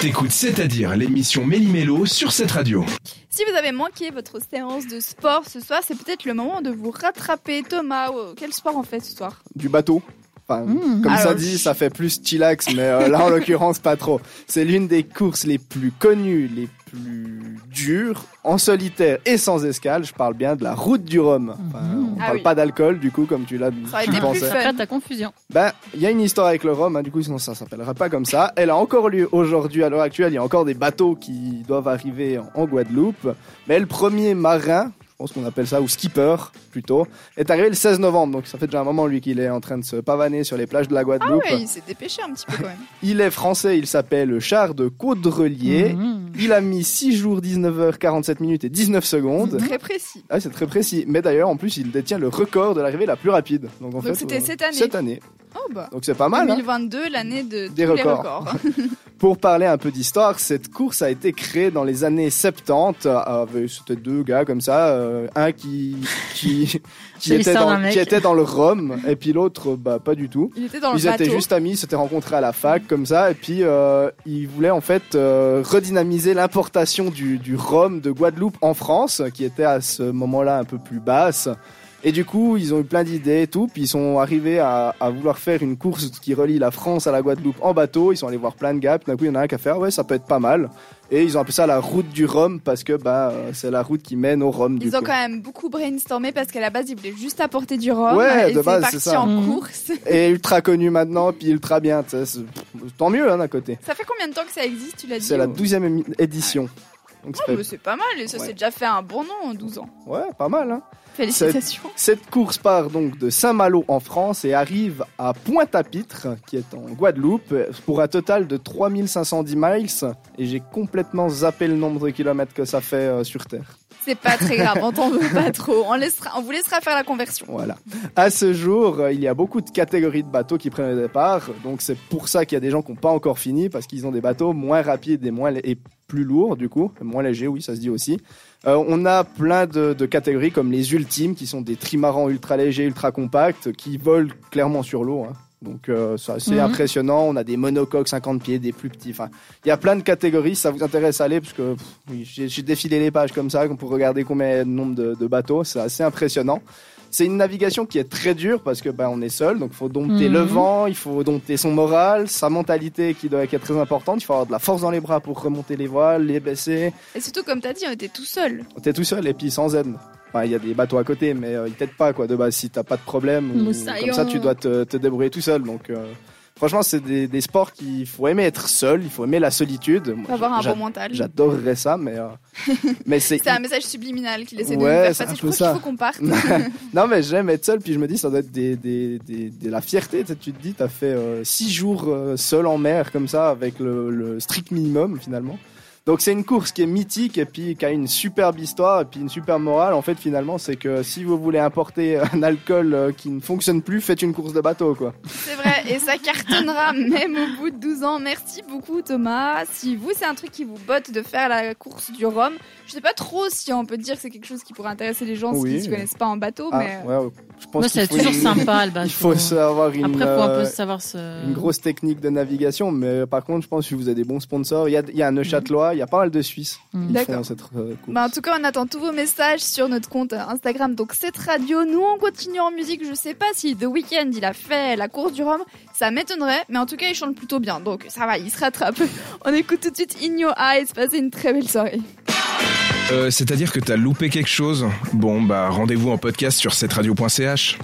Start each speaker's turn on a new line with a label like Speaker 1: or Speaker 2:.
Speaker 1: T'écoutes C'est-à-dire l'émission Méli-Mélo sur cette radio.
Speaker 2: Si vous avez manqué votre séance de sport ce soir, c'est peut-être le moment de vous rattraper. Thomas, oh, quel sport on fait ce soir
Speaker 3: Du bateau. Enfin,
Speaker 4: Mmh.
Speaker 3: Comme
Speaker 2: Hmm.
Speaker 3: ça
Speaker 2: Alors,
Speaker 3: dit, ça fait plus chillax, mais euh, là en l'occurrence pas trop. C'est l'une des courses les plus connues, les plus dures, en solitaire et sans escale. Je parle bien de la route du Rhum. Enfin,
Speaker 4: Mhm.
Speaker 3: on
Speaker 2: Ah
Speaker 3: parle
Speaker 2: oui.
Speaker 3: pas d'alcool, du coup, comme tu l'as
Speaker 2: Ça aurait
Speaker 3: tu
Speaker 2: été plus
Speaker 3: pensais.
Speaker 2: fun.
Speaker 4: Après ta confusion.
Speaker 3: Ben, il y a une histoire avec le Rhum, hein, du coup, sinon ça s'appellerait pas comme ça. Elle a encore lieu aujourd'hui, à l'heure actuelle, il y a encore des bateaux qui doivent arriver en, en Guadeloupe. Mais le premier marin, je pense qu'on appelle ça, ou skipper plutôt, est arrivé le 16 novembre. Donc ça fait déjà un moment, lui, qu'il est en train de se pavaner sur les plages de la
Speaker 2: Ah
Speaker 3: Guadeloupe.
Speaker 2: ouais, il s'est dépêché un petit peu quand même.
Speaker 3: Il est français, il s'appelle Char de Caudrelier.
Speaker 4: Mhm.
Speaker 3: Il a mis 6 jours, 19h47 minutes et 19 secondes.
Speaker 2: Très précis.
Speaker 3: Ah, c'est très précis. Mais d'ailleurs, en plus, il détient le record de l'arrivée la plus rapide. Donc, en
Speaker 2: Donc,
Speaker 3: fait,
Speaker 2: c'était
Speaker 3: euh,
Speaker 2: cette année.
Speaker 3: Cette année.
Speaker 2: Oh bah.
Speaker 3: Donc, c'est pas mal. hein.
Speaker 2: 2022, l'année de
Speaker 3: Des
Speaker 2: tous les
Speaker 3: records.
Speaker 2: records.
Speaker 3: Pour parler un peu d'histoire, cette course a été créée dans les années 70. euh, avec- C'était deux gars comme ça, euh, un qui qui qui,
Speaker 4: C'est
Speaker 3: était
Speaker 4: l'histoire
Speaker 3: dans,
Speaker 4: d'un mec.
Speaker 3: qui était dans le Rhum et puis l'autre bah pas du tout.
Speaker 2: Il était dans le
Speaker 3: Ils
Speaker 2: bateau.
Speaker 3: étaient juste amis, ils s'étaient rencontrés à la fac comme ça et puis euh, ils voulaient en fait euh, redynamiser l'importation du, du Rhum de Guadeloupe en France qui était à ce moment-là un peu plus basse. Et du coup, ils ont eu plein d'idées et tout, puis ils sont arrivés à, à vouloir faire une course qui relie la France à la Guadeloupe en bateau. Ils sont allés voir plein de gars, puis d'un coup, il y en a un qui a fait Ah ouais, ça peut être pas mal. Et ils ont appelé ça la route du Rhum parce que bah euh, c'est la route qui mène au Rhum du
Speaker 2: Ils ont
Speaker 3: coup.
Speaker 2: quand même beaucoup brainstormé parce qu'à la base, ils voulaient juste apporter du rhum.
Speaker 3: Ouais,
Speaker 2: et
Speaker 3: de base,
Speaker 2: parti
Speaker 3: c'est ça. Mmh.
Speaker 2: en
Speaker 4: Mhm.
Speaker 2: course.
Speaker 3: Et ultra connu maintenant, puis ultra bien. tu sais, c'est- Tant mieux hein, d'un côté.
Speaker 2: Ça fait combien de temps que ça existe, tu l'as dit
Speaker 3: C'est la
Speaker 2: ou-
Speaker 3: 12 e édition. Donc ça
Speaker 2: Oh,
Speaker 3: fait-
Speaker 2: bah, C'est pas mal, et ça
Speaker 3: Ouais.
Speaker 2: s'est déjà fait un bon nom en 12 ans.
Speaker 3: Ouais, pas mal. Hein
Speaker 2: Félicitations.
Speaker 3: Cette course part donc de Saint-Malo en France et arrive à Pointe-à-Pitre, qui est en Guadeloupe, pour un total de 3510 miles. Et j'ai complètement zappé le nombre de kilomètres que ça fait euh, sur Terre.
Speaker 2: C'est pas très grave, on t'en veut pas trop. On, laissera, on vous laissera faire la conversion.
Speaker 3: Voilà. À ce jour, euh, il y a beaucoup de catégories de bateaux qui prennent le départ. Donc c'est pour ça qu'il y a des gens qui n'ont pas encore fini, parce qu'ils ont des bateaux moins rapides et, moins, lé- et plus lourds, du coup. Moins légers, oui, ça se dit aussi. Euh, on a plein de, de catégories comme les ultimes, qui sont des trimarans ultra légers, ultra compacts, qui volent clairement sur l'eau. hein. Donc euh, c'est assez
Speaker 4: Mhm.
Speaker 3: impressionnant. On a des monocoques 50 pieds, des plus petits. Enfin, il y a plein de catégories. Si ça vous intéresse, allez, parce que pff, oui, j'ai j'ai défilé les pages comme ça pour regarder combien il y a de nombre de, de bateaux. C'est assez impressionnant. C'est une navigation qui est très dure parce que bah, on est seul, donc il faut dompter
Speaker 4: Mhm.
Speaker 3: le vent, il faut dompter son moral, sa mentalité qui, doit, qui est très importante. Il faut avoir de la force dans les bras pour remonter les voiles, les baisser.
Speaker 2: Et surtout, comme t'as dit, on était tout seuls.
Speaker 3: T'es tout seul et puis sans aide. Enfin, il y a des bateaux à côté, mais euh, ils t'aident pas, quoi, de base, si t'as pas de problème. Ou,
Speaker 4: Moussaillon.
Speaker 3: comme ça, tu dois te, te débrouiller tout seul. Donc, euh, franchement, c'est des, des sports qu'il faut aimer être seul, il faut aimer la solitude. Moi,
Speaker 2: Faut avoir un
Speaker 3: j'a-
Speaker 2: bon mental.
Speaker 3: J'adorerais ça, mais, euh, mais c'est.
Speaker 2: C'est un message subliminal qu'il essaie
Speaker 3: Ouais,
Speaker 2: de nous faire
Speaker 3: c'est un
Speaker 2: passer. Je
Speaker 3: peu
Speaker 2: trouve
Speaker 3: ça.
Speaker 2: qu'il faut qu'on parte.
Speaker 3: non, mais j'aime être seul, puis je me dis, ça doit être des, des, des- de la fierté. Tu sais, tu te dis, t'as fait euh, six jours euh, seul en mer, comme ça, avec le, le strict minimum, finalement. Donc, c'est une course qui est mythique, et puis qui a une superbe histoire, et puis une superbe morale. En fait, finalement, c'est que si vous voulez importer un alcool euh, qui ne fonctionne plus, faites une course de bateau, quoi.
Speaker 2: C'est vrai, et ça cartonnera même au bout de 12 ans. Merci beaucoup Thomas. Si vous, c'est un truc qui vous botte de faire la course du Rhum, je sais pas trop si on peut dire que c'est quelque chose qui pourrait intéresser les gens
Speaker 3: Oui.
Speaker 2: qui se connaissent pas en bateau,
Speaker 3: Ah,
Speaker 2: Oh, mais... euh,
Speaker 3: ouais, je pense
Speaker 4: Moi,
Speaker 3: qu'il
Speaker 4: c'est
Speaker 3: faut
Speaker 4: toujours
Speaker 3: une-
Speaker 4: sympa le
Speaker 3: Il
Speaker 4: bateau.
Speaker 3: faut savoir une.
Speaker 4: Après, faut un
Speaker 3: euh,
Speaker 4: peu savoir ce.
Speaker 3: une grosse technique de navigation, mais par contre, je pense que vous avez des bons sponsors. Il y a, il y a un Neuchâtelois, il y a pas mal de Suisses
Speaker 4: Mhm.
Speaker 3: qui font
Speaker 2: D'accord.
Speaker 3: cette euh, course.
Speaker 2: Bah, en tout cas, on attend tous vos messages sur notre compte euh, Instagram, donc cette radio. Nous, on continue en musique. Je sais pas si The Weeknd il a fait la course du Rhum, ça m'étonnerait, mais en tout cas, il chante plutôt bien, donc ça va, il se rattrape. On écoute tout de suite In Your Eyes. Passez une très belle soirée.
Speaker 1: Euh, C'est-à-dire que t'as loupé quelque chose Bon, bah rendez-vous en podcast sur cette radio.ch.